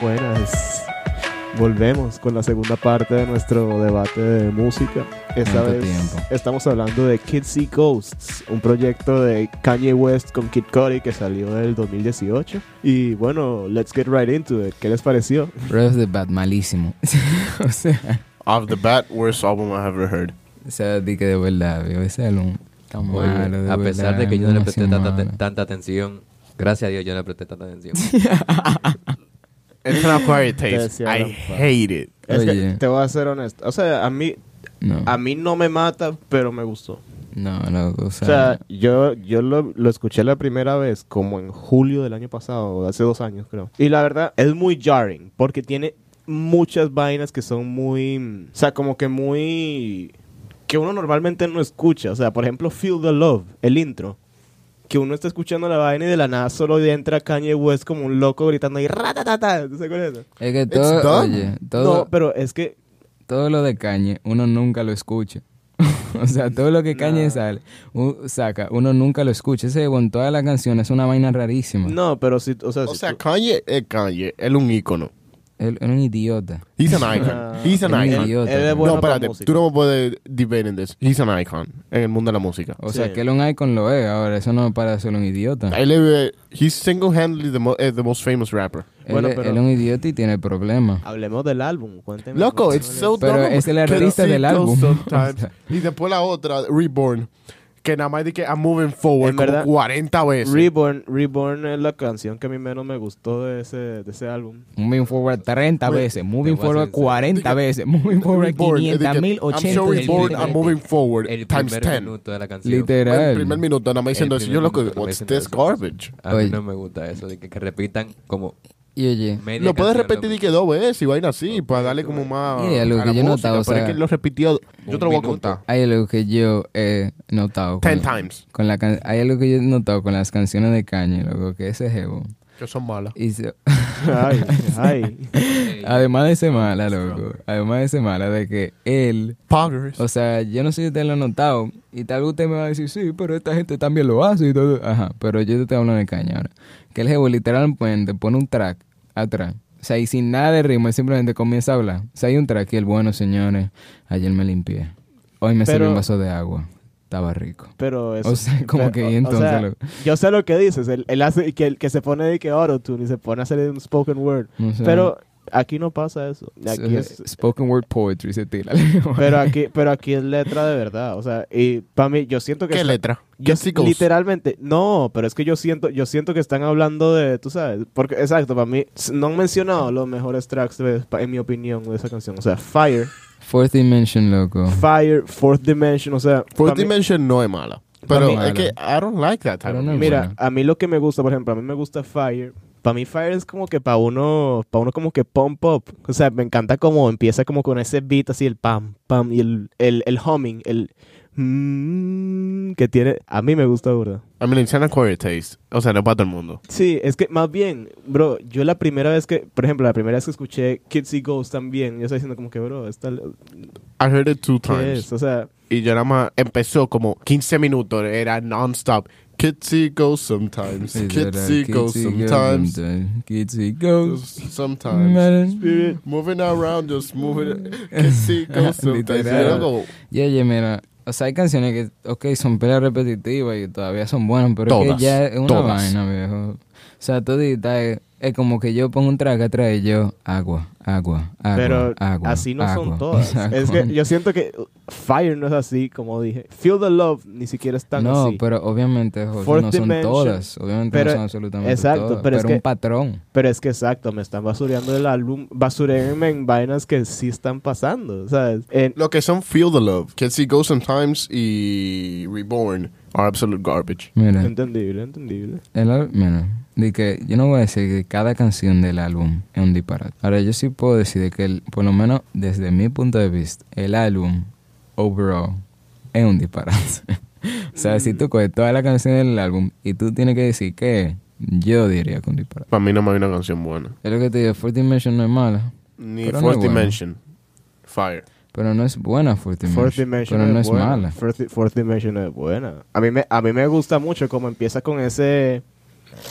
Buenas. Volvemos con la segunda parte de nuestro debate de música. Esta Tanto vez tiempo. estamos hablando de Kids See Ghosts, un proyecto de Kanye West con Kid Cudi que salió del 2018. Y bueno, let's get right into it. ¿Qué les pareció? Red of the Bat, malísimo. o sea, Off the bat, worst album I've ever heard. o sea, di que de verdad, vio ese álbum tan Oye, malo. de a pesar verdad, de que yo no le presté demasiado tanta, malo. tanta atención, gracias a Dios yo no le presté tanta atención. It's an acquired taste. Demasiado I fuck. hate it. Es Oye. que te voy a ser honesto. O sea, a mí, No, a mí no me mata, pero me gustó. no, loco, o sea, O sea, yo, yo lo, lo escuché la primera vez como en julio del año pasado, o hace dos años creo. Y la verdad es muy jarring, porque tiene muchas vainas que son muy... mm, O sea, como que muy... que uno normalmente no escucha. O sea, por ejemplo, Feel the Love, el intro. Que uno está escuchando la vaina y de la nada solo entra Kanye West como un loco gritando ahí ratatata. ¿Tú sabes cuál es eso? es que todo, dumb. oye, todo, No, pero es que... todo lo de Kanye, uno nunca lo escucha. o sea, todo lo que Kanye No. sale, u- saca, uno nunca lo escucha. Ese con todas las canciones es una vaina rarísima. No, pero sí, o sea... O si sea, tú- Kanye es Kanye. Él un ícono. Él era un idiota. He's an Ah, icon. He's an Ah, icon. idiota. él es No, bueno no, para espérate. música. Tú no me puedes debate en this. He's an icon en el mundo de la música. O Sí. sea, que él un icon lo es ahora. Eso no para ser un idiota. Él es, eh, he's single-handedly the, mo- eh, the most famous rapper. Él, Bueno, es- pero- él es un idiota y tiene problemas. Hablemos del álbum, cuénteme. Loco, ¿cómo it's le- so Pero dumb. es el Pero artista sí, del no álbum. sometimes. O sea. y después la otra, Reborn, que nada más de que I'm moving forward En como verdad, 40 veces. Reborn, Reborn es la canción que a mí menos me gustó de ese, de ese álbum. Moving forward 30 veces, moving voy a forward ser sincero. 40 veces, moving forward Reborn, es de que 500 mil, I'm 80 so mil. Este reborn, I'm moving forward El times primer 10. minuto de la canción. El Literal. primer minuto, nada más diciendo El eso. primer Yo loco, minuto, nada más what's diciendo this eso. garbage? A mí Oye. no me gusta eso, de que, que repitan como Y oye, media Lo puedes canción, repetir loco. y que dos veces y vaina así, para darle como más. Y es lo a que la yo he música, notado, o Pero es sea, que lo repitió. Yo te un lo voy a minuto. contar. hay algo que yo he notado. Con, Ten times. con la can- hay algo que yo he notado con las canciones de Kanye, loco, que ese jevo. Que son malas. hizo- Ay, ay. además de ser mala, loco, además de ser mala, de que él, Poggers. o sea, yo no sé si usted lo ha notado, y tal vez usted me va a decir, sí, pero esta gente también lo hace y todo. Ajá, pero yo te estoy hablando de Kanye ahora. Que el jevo literalmente pone un track atrás. O sea, y sin nada de ritmo, él simplemente comienza a hablar. O sea, hay un track y el bueno, señores, ayer me limpié. Hoy me Pero- sirvió un vaso de agua. Estaba rico. Pero eso. O sea, como pero- que o- y o entonces sea, lo- Yo sé lo que dices. Él, él hace que, que se pone de que autotune y se pone a hacer un spoken word. No sé. Pero aquí no pasa eso. Aquí Eh, es, Spoken word poetry se tira. pero aquí, pero aquí es letra de verdad. O sea, y para mí, yo siento que ¿Qué está- letra? Yo, ¿Qué chicos? literalmente, no, pero es que yo siento, yo siento que están hablando de, tú sabes, porque exacto, para mí s- no han mencionado los mejores tracks de- pa- en mi opinión de esa canción, o sea, Fire, Fourth Dimension, loco. Fire, Fourth Dimension, o sea, Ah. Fourth pa' mí- Dimension no es mala. Pero mí- es que I don't like that type Pero of no es music. mira, buena. a mí lo que me gusta, por ejemplo, a mí me gusta Fire. Para mí Fire es como que para uno, para uno como que pump up, o sea, me encanta como empieza como con ese beat así el pam pam y el el, el humming, el mm, que tiene, a mí me gusta burda. I mean, it's an acquired taste. O sea, no es para todo el mundo. Sí, es que más bien, bro, yo la primera vez que, por ejemplo, la primera vez que escuché Kids y Ghosts también, yo estaba diciendo como que, bro, esta, I heard it two ¿qué times. es? O sea, Y yo nada más empezó como 15 minutos. Era non-stop. Kitsy goes sometimes. Kitsy goes sometimes. Kitsy goes. Sometimes. Moving around, just moving. Kitsy goes sometimes. Literal. Yo como, Y oye, mira, o sea, hay canciones que, ok, son peleas repetitivas y todavía son buenas, pero es que Todas, ya es una todas. vaina, viejo. O sea, todita es, es como que yo pongo un track atrás y yo, agua, agua, agua, pero agua, así no agua. son todas. O sea, es coño. que yo siento que Fire no es así, como dije. Feel the Love ni siquiera es tan no, así. pero obviamente José, Fourth no son Dimension. todas, obviamente Pero- no son absolutamente exacto, todas, pero es un que- patrón. Pero es que exacto, me están basureando el álbum, basureándome en vainas que sí están pasando, ¿sabes? En- Lo que son Feel the Love, Kitsy Goes Sometimes y Reborn are absolute garbage. Mira, entendible, entendible. El al- mira, de que yo no voy a decir que cada canción del álbum es un disparate. Ahora yo sí puedo decir de que el- por lo menos desde mi punto de vista, el álbum overall es un disparate. o sea, si tú coges toda la canción del álbum y tú tienes que decir que yo diría que un disparate. Para mí no me hay una canción buena. Es lo que te digo, Fourth Dimension no es mala, Ni Pero no Fourth es buena. Dimension. Fire. pero no es buena Fourth Dimension. Fourth Dimension pero no es es buena. mala. Fourth, Fourth Dimension es buena. A mí, me, a mí me gusta mucho cómo empieza con ese...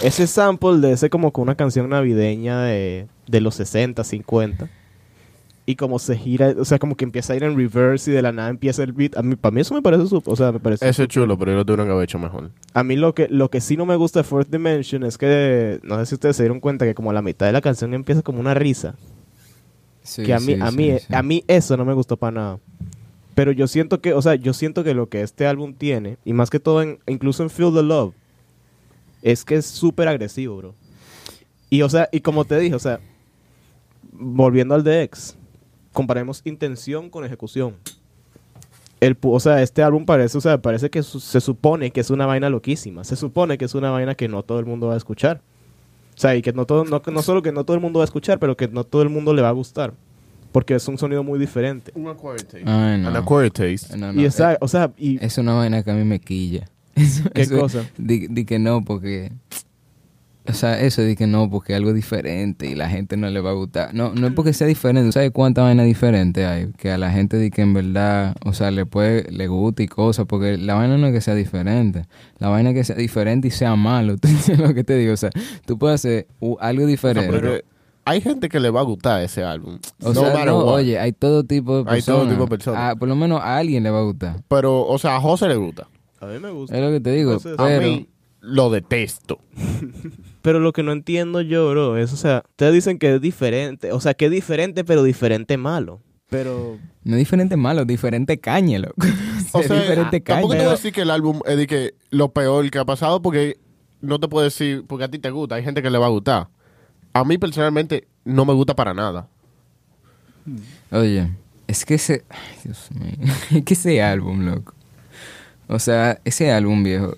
Ese sample de ese como con una canción navideña de, de los 60, 50. Y como se gira, o sea, como que empieza a ir en reverse y de la nada empieza el beat. A mí, para mí eso me parece, su- o sea, me parece Eso es chulo, pero yo lo tuvieron que haber hecho mejor. a mí lo que, lo que sí no me gusta de Fourth Dimension es que, no sé si ustedes se dieron cuenta que como a la mitad de la canción empieza como una risa. Sí, que a mí, sí, a, sí, mí, sí. a mí eso no me gustó para nada. Pero yo siento que, o sea, yo siento que lo que este álbum tiene, y más que todo, en, incluso en Feel the Love, es que es súper agresivo, bro. Y, o sea, y como te dije, o sea, volviendo al de X, comparemos intención con ejecución. El, pu- o sea, este álbum parece, o sea, parece que su- se supone que es una vaina loquísima. Se supone que es una vaina que no todo el mundo va a escuchar. O sea, y que no, todo, no, no solo que no todo el mundo va a escuchar, pero que no todo el mundo le va a gustar. Porque es un sonido muy diferente. Un acquired taste. Ay, no. Ah, An acquired taste. No, no, y eh, esa, o sea, y Es una vaina que a mí me quilla. Eso- ¿Qué eso- cosa? Di, di que no, porque. O sea, eso di que no, porque es algo diferente y la gente no le va a gustar. No, no es porque sea diferente. ¿Tú ¿Sabes cuánta vaina diferente hay? Que a la gente di que en verdad, o sea, le puede, le gusta y cosas, porque la vaina no es que sea diferente. La vaina es que sea diferente y sea malo. ¿Tú entiendes lo que te digo? O sea, tú puedes hacer u- algo diferente. Pero hay gente que le va a gustar ese álbum. o no sea, matter no, what. oye, hay todo tipo de Hay personas. todo tipo de personas. Ah, por lo menos a alguien le va a gustar. Pero, o sea, a José le gusta. a mí me gusta. Es lo que te digo. Entonces, pero... A mí lo detesto. Pero lo que no entiendo yo, bro, es, o sea, ustedes dicen que es diferente. O sea, que es diferente, pero diferente malo. Pero No es diferente malo, diferente caña, loco. O es sea, diferente caña. tampoco te voy a decir que el álbum es de que lo peor que ha pasado porque no te puedo decir porque a ti te gusta. Hay gente que le va a gustar. A mí personalmente no me gusta para nada. Oye, es que ese. Ay, Dios mío. Es que ese álbum, loco. O sea, ese álbum viejo.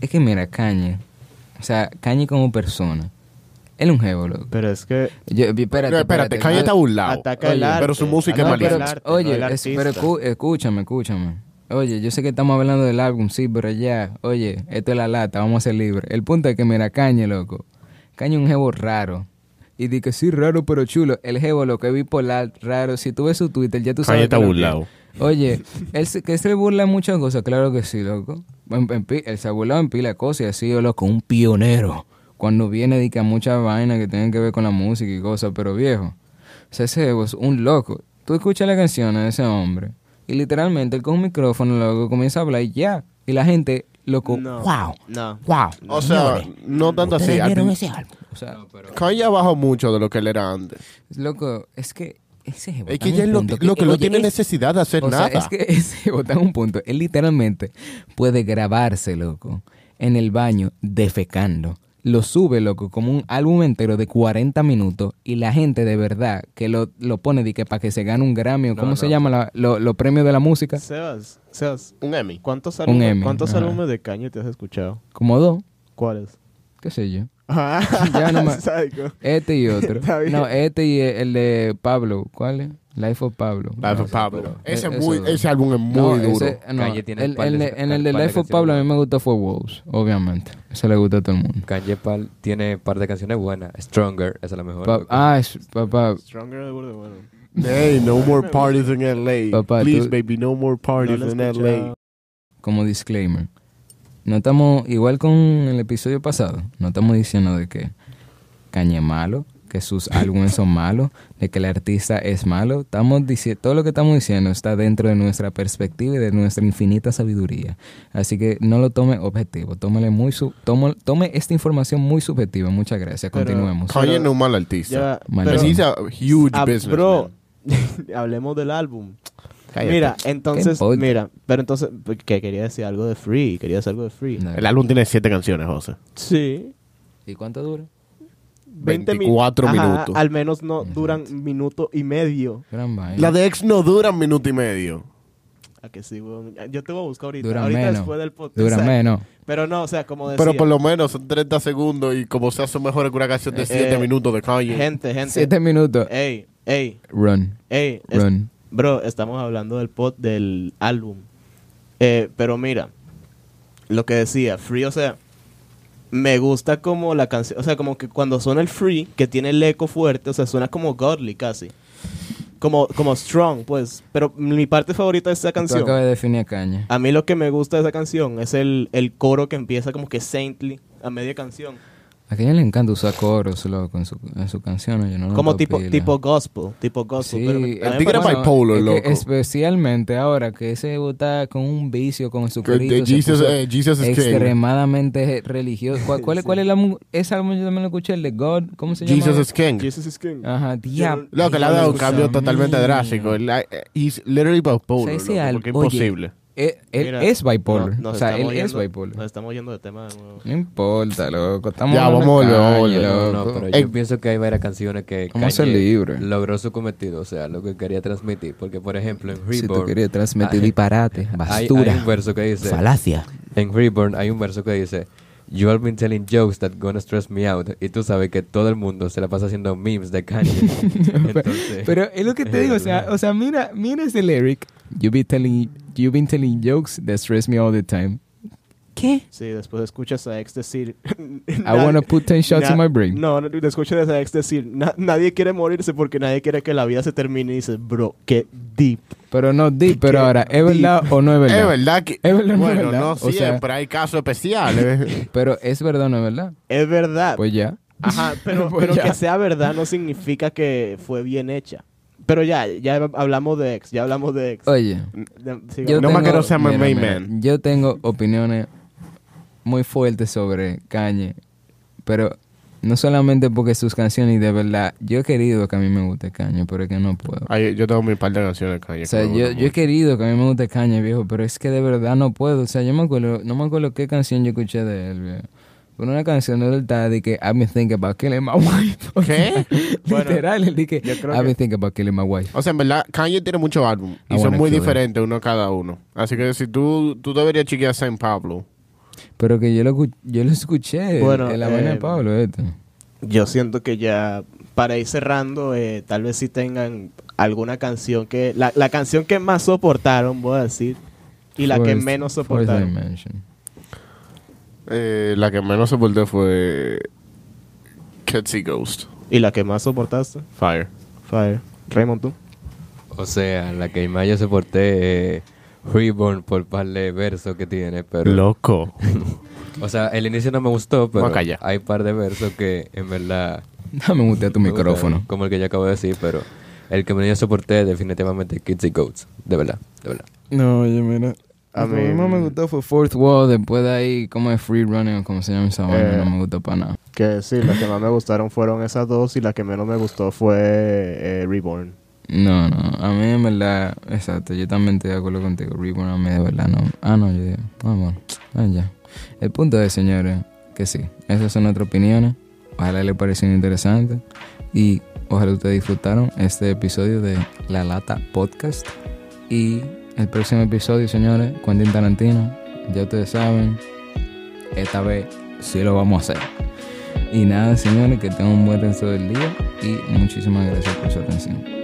Es que mira, Caña. O sea, Caña como persona. Él es un jevo, loco. pero es que Yo, espérate, No, espérate, Kanye está burlado. ataca el Oye, arte. pero su música es Ataca el malísima. arte, no oye, el es- artista. pero escu- escúchame, escúchame. Oye, yo sé que estamos hablando del álbum, sí, pero ya, oye, esto es la lata, vamos a ser libres. El punto es que, mira, Caña, loco. Caña es un jevo raro. Y di que sí, raro, pero chulo. El jevo, loco, es bipolar, raro. Si tú ves su Twitter, ya tú sabes. Kanye que está lo que- burlado. Oye, él se, que se burla de muchas cosas, claro que sí, loco. En- en pi- él se ha burlado en pila de cosas y ha sido, loco, un pionero. Cuando viene, dedica muchas vainas que tienen que ver con la música y cosas, pero viejo. O sea, ese es un loco. Tú escuchas la canción de ese hombre y literalmente él con un micrófono, loco, comienza a hablar y ya. Y la gente, loco, No. wow, No. wow. O sea, no tanto así. A ti- O sea, Kanye ha bajado mucho de lo que él era antes. loco, es que ese jevo Es está que en ya un él lo, punto lo que no oye, tiene es- necesidad de hacer O sea, nada. es que ese botan un punto. Él literalmente puede grabarse, loco, en el baño defecando. Lo sube, loco, como un álbum entero de 40 minutos y la gente de verdad que lo, lo pone de que para que se gane un Grammy o cómo se llama la- lo, los premios de la música, Sebas, Sebas, Un Emmy. ¿cuántos Un álbumes, Emmy, ¿cuántos ajá. álbumes de Kanye te has escuchado? como dos, ¿Cuáles? Ah, qué sé yo. ya no me- Sádico. Este y otro. Está bien. no, este y el de Pablo, ¿cuál es? Life of Pablo. Life No, of Pablo. Ese, Ese muy, duro. ese álbum es No, muy duro. ese- no, Kanye tiene el- par de- el de- en el de par de Life of canciones Pablo a mí buenas. me gustó fue Wows, obviamente. Eso le gustó a todo el mundo. Kanye Pal tiene par de canciones buenas. Stronger, esa es la mejor. Pa- loco. ah, es- papá, Stronger de Burda, bueno. Hey, no more parties in LA. Papá, Please, tú- baby, no more parties No lo in he LA. escuchado. como disclaimer. No estamos, igual con el episodio pasado, no estamos diciendo de que Cañe malo, que sus álbumes son malos, de que el artista es malo. Estamos dici- todo lo que estamos diciendo está dentro de nuestra perspectiva y de nuestra infinita sabiduría. Así que no lo tome objetivo, tómale muy su- tomo- tome esta información muy subjetiva. Muchas gracias, Pero- continuemos. Kanye no es un mal artista. Ya, Mal pero- Pero- He's a huge Ah, business. Bro, hablemos del álbum. Cállate. Mira, entonces, ¿Qué importa? mira, pero entonces, pues, que quería decir algo de Free, quería decir algo de Free. No. El álbum tiene siete canciones, José. Sí. ¿Y cuánto dura? 20 mi- 24 Ajá, minutos. Al menos no duran minuto y medio. Gran vaina. La de ex no dura un minuto y medio. A que sí, weón. Yo te voy a buscar ahorita. Dura ahorita menos. después del podcast. Dura o sea, menos. Pero no, o sea, como decía. Pero por lo menos son 30 segundos y como se hace mejor que una canción de 7 eh, minutos de Kanye. Gente, gente. Siete minutos. Ey, ey, Run, ey. es- run. Bro, estamos hablando del pod del álbum. Eh, pero mira, lo que decía, Free, o sea, me gusta como la canción, o sea, como que cuando suena el Free, que tiene el eco fuerte, o sea, suena como godly casi. Como, como strong, pues. Pero mi parte favorita de esa Tú canción. acabas de definir a Caña. A mí lo que me gusta de esa canción es el, el coro que empieza como que saintly a media canción. A ella le encanta usar coros, loco, en, su, en sus canciones. Yo no noto Como tipo, pila. tipo gospel, tipo gospel. Sí, pero- a el mí me tigre parece- era bipolar, es que loco. Especialmente ahora que ese está con un vicio, con su Que de corito, se Jesus, puso eh, Jesus is King. extremadamente religioso. ¿Cuál, cuál, es- cuál es la mu- ese álbum yo también lo escuché el de God, ¿cómo se llama? Jesus is King. Jesus is King. Ajá, diablo. Lo que le ha dado un cambio totalmente drástico. Él, eh, He's literally bipolar, O sea, ese loco, al- porque es oye, imposible. Eh, él Mira, es bipolar. no, nos o sea, él estamos es yendo- bipolar. Nos estamos yendo de tema de nuevo. No importa, loco. Estamos Ya, hablando vamos a de volver, vamos a calle, volver. No, no, loco. pero Ey. yo pienso que hay varias canciones que Vamos a ser Kanye libres. logró su cometido, o sea, lo que quería transmitir. Porque, por ejemplo, en Si tú Reborn querías transmitir hay- disparate, hay, hay basura, un verso que dice, falacia. en Reborn hay un verso que dice, You have been telling jokes that gonna stress me out. Y tú sabes que todo el mundo se la pasa haciendo memes de Kanye. Entonces, Pero es lo que te digo, o sea, o sea, mira, mira ese lyric. You've been telling, you've been telling jokes that stress me all the time. ¿Qué? Sí, después escuchas a ex decir... I wanna put 10 shots na- in my brain. No, no, te escuchas a ex decir, "Na- nadie quiere morirse porque nadie quiere que la vida se termine. Y dices, bro, qué deep. Pero no, di, pero ahora, ¿es verdad o no es Es verdad? verdad que. Es verdad, no es Bueno, verdad. no O sea- siempre hay casos especiales. Pero ¿es verdad o no es verdad? Es verdad. Pues ya. Ajá, pero, Pues pero ya. que sea verdad no significa que fue bien hecha. Pero ya, ya hablamos de ex, ya hablamos de ex. Oye, De- yo sigamos. No más tengo- que no sea my mira, main mira, man. Yo tengo opiniones muy fuertes sobre Kanye, pero no solamente porque sus canciones, y de verdad, yo he querido que a mí me guste Kanye, pero es que no puedo. Ay, yo tengo mi par de canciones Kanye. O sea, que me yo, gustan yo he querido que a mí me guste Kanye, viejo, pero es que de verdad no puedo. O sea, yo me acuerdo, no me acuerdo qué canción yo escuché de él, viejo. Pero una canción de él tal de que I've been thinking about killing my wife. O sea, Bueno, Literal, él dije yo creo I've que- been thinking about killing my wife. O sea, en verdad, Kanye tiene muchos álbumes I y son wanna muy kill him. diferentes uno cada uno. Así que si tú, tú deberías chequear San Pablo. Pero que yo lo, escu- yo lo escuché Bueno, en la mano de eh, Pablo, esto. Yo siento que ya, para ir cerrando, eh, tal vez sí tengan alguna canción que... La, la canción que más soportaron, voy a decir, y la que Forest- menos Forest soportaron. Dimension. Eh, la que menos soporté fue Ketsy Ghost. Y la que más soportaste, Fire. Fire. Raymond, ¿tú? o sea, la que más yo soporté eh, Reborn por par de versos que tiene, pero... Loco. O sea, el inicio no me gustó, pero Vamos a callar. hay par de versos que en verdad... Dame un a tu me gustaron, micrófono. como el que yo acabo de decir, pero el que menos yo soporté definitivamente Kids y Goats. De verdad, de verdad. No, oye, mira. A lo mí- que más me gustó fue Fourth Wall, después de ahí, como es Free Running o como se llama esa vaina, Eh. no me gustó para nada. Que sí, las que más me gustaron fueron esas dos y la que menos me gustó fue eh, Reborn. No, no, a mí en verdad, exacto, yo también estoy de acuerdo contigo, Reborn a mí de verdad no. Ah, no, yo digo, vamos, ah, ya. El punto es, señores, que sí, esas son nuestras opiniones, ojalá les pareció interesante y ojalá ustedes disfrutaron este episodio de La Lata Podcast y el próximo episodio, señores, Quentin Tarantino, ya ustedes saben, esta vez sí lo vamos a hacer. Y nada, señores, que tengan un buen resto del día y muchísimas gracias por su atención.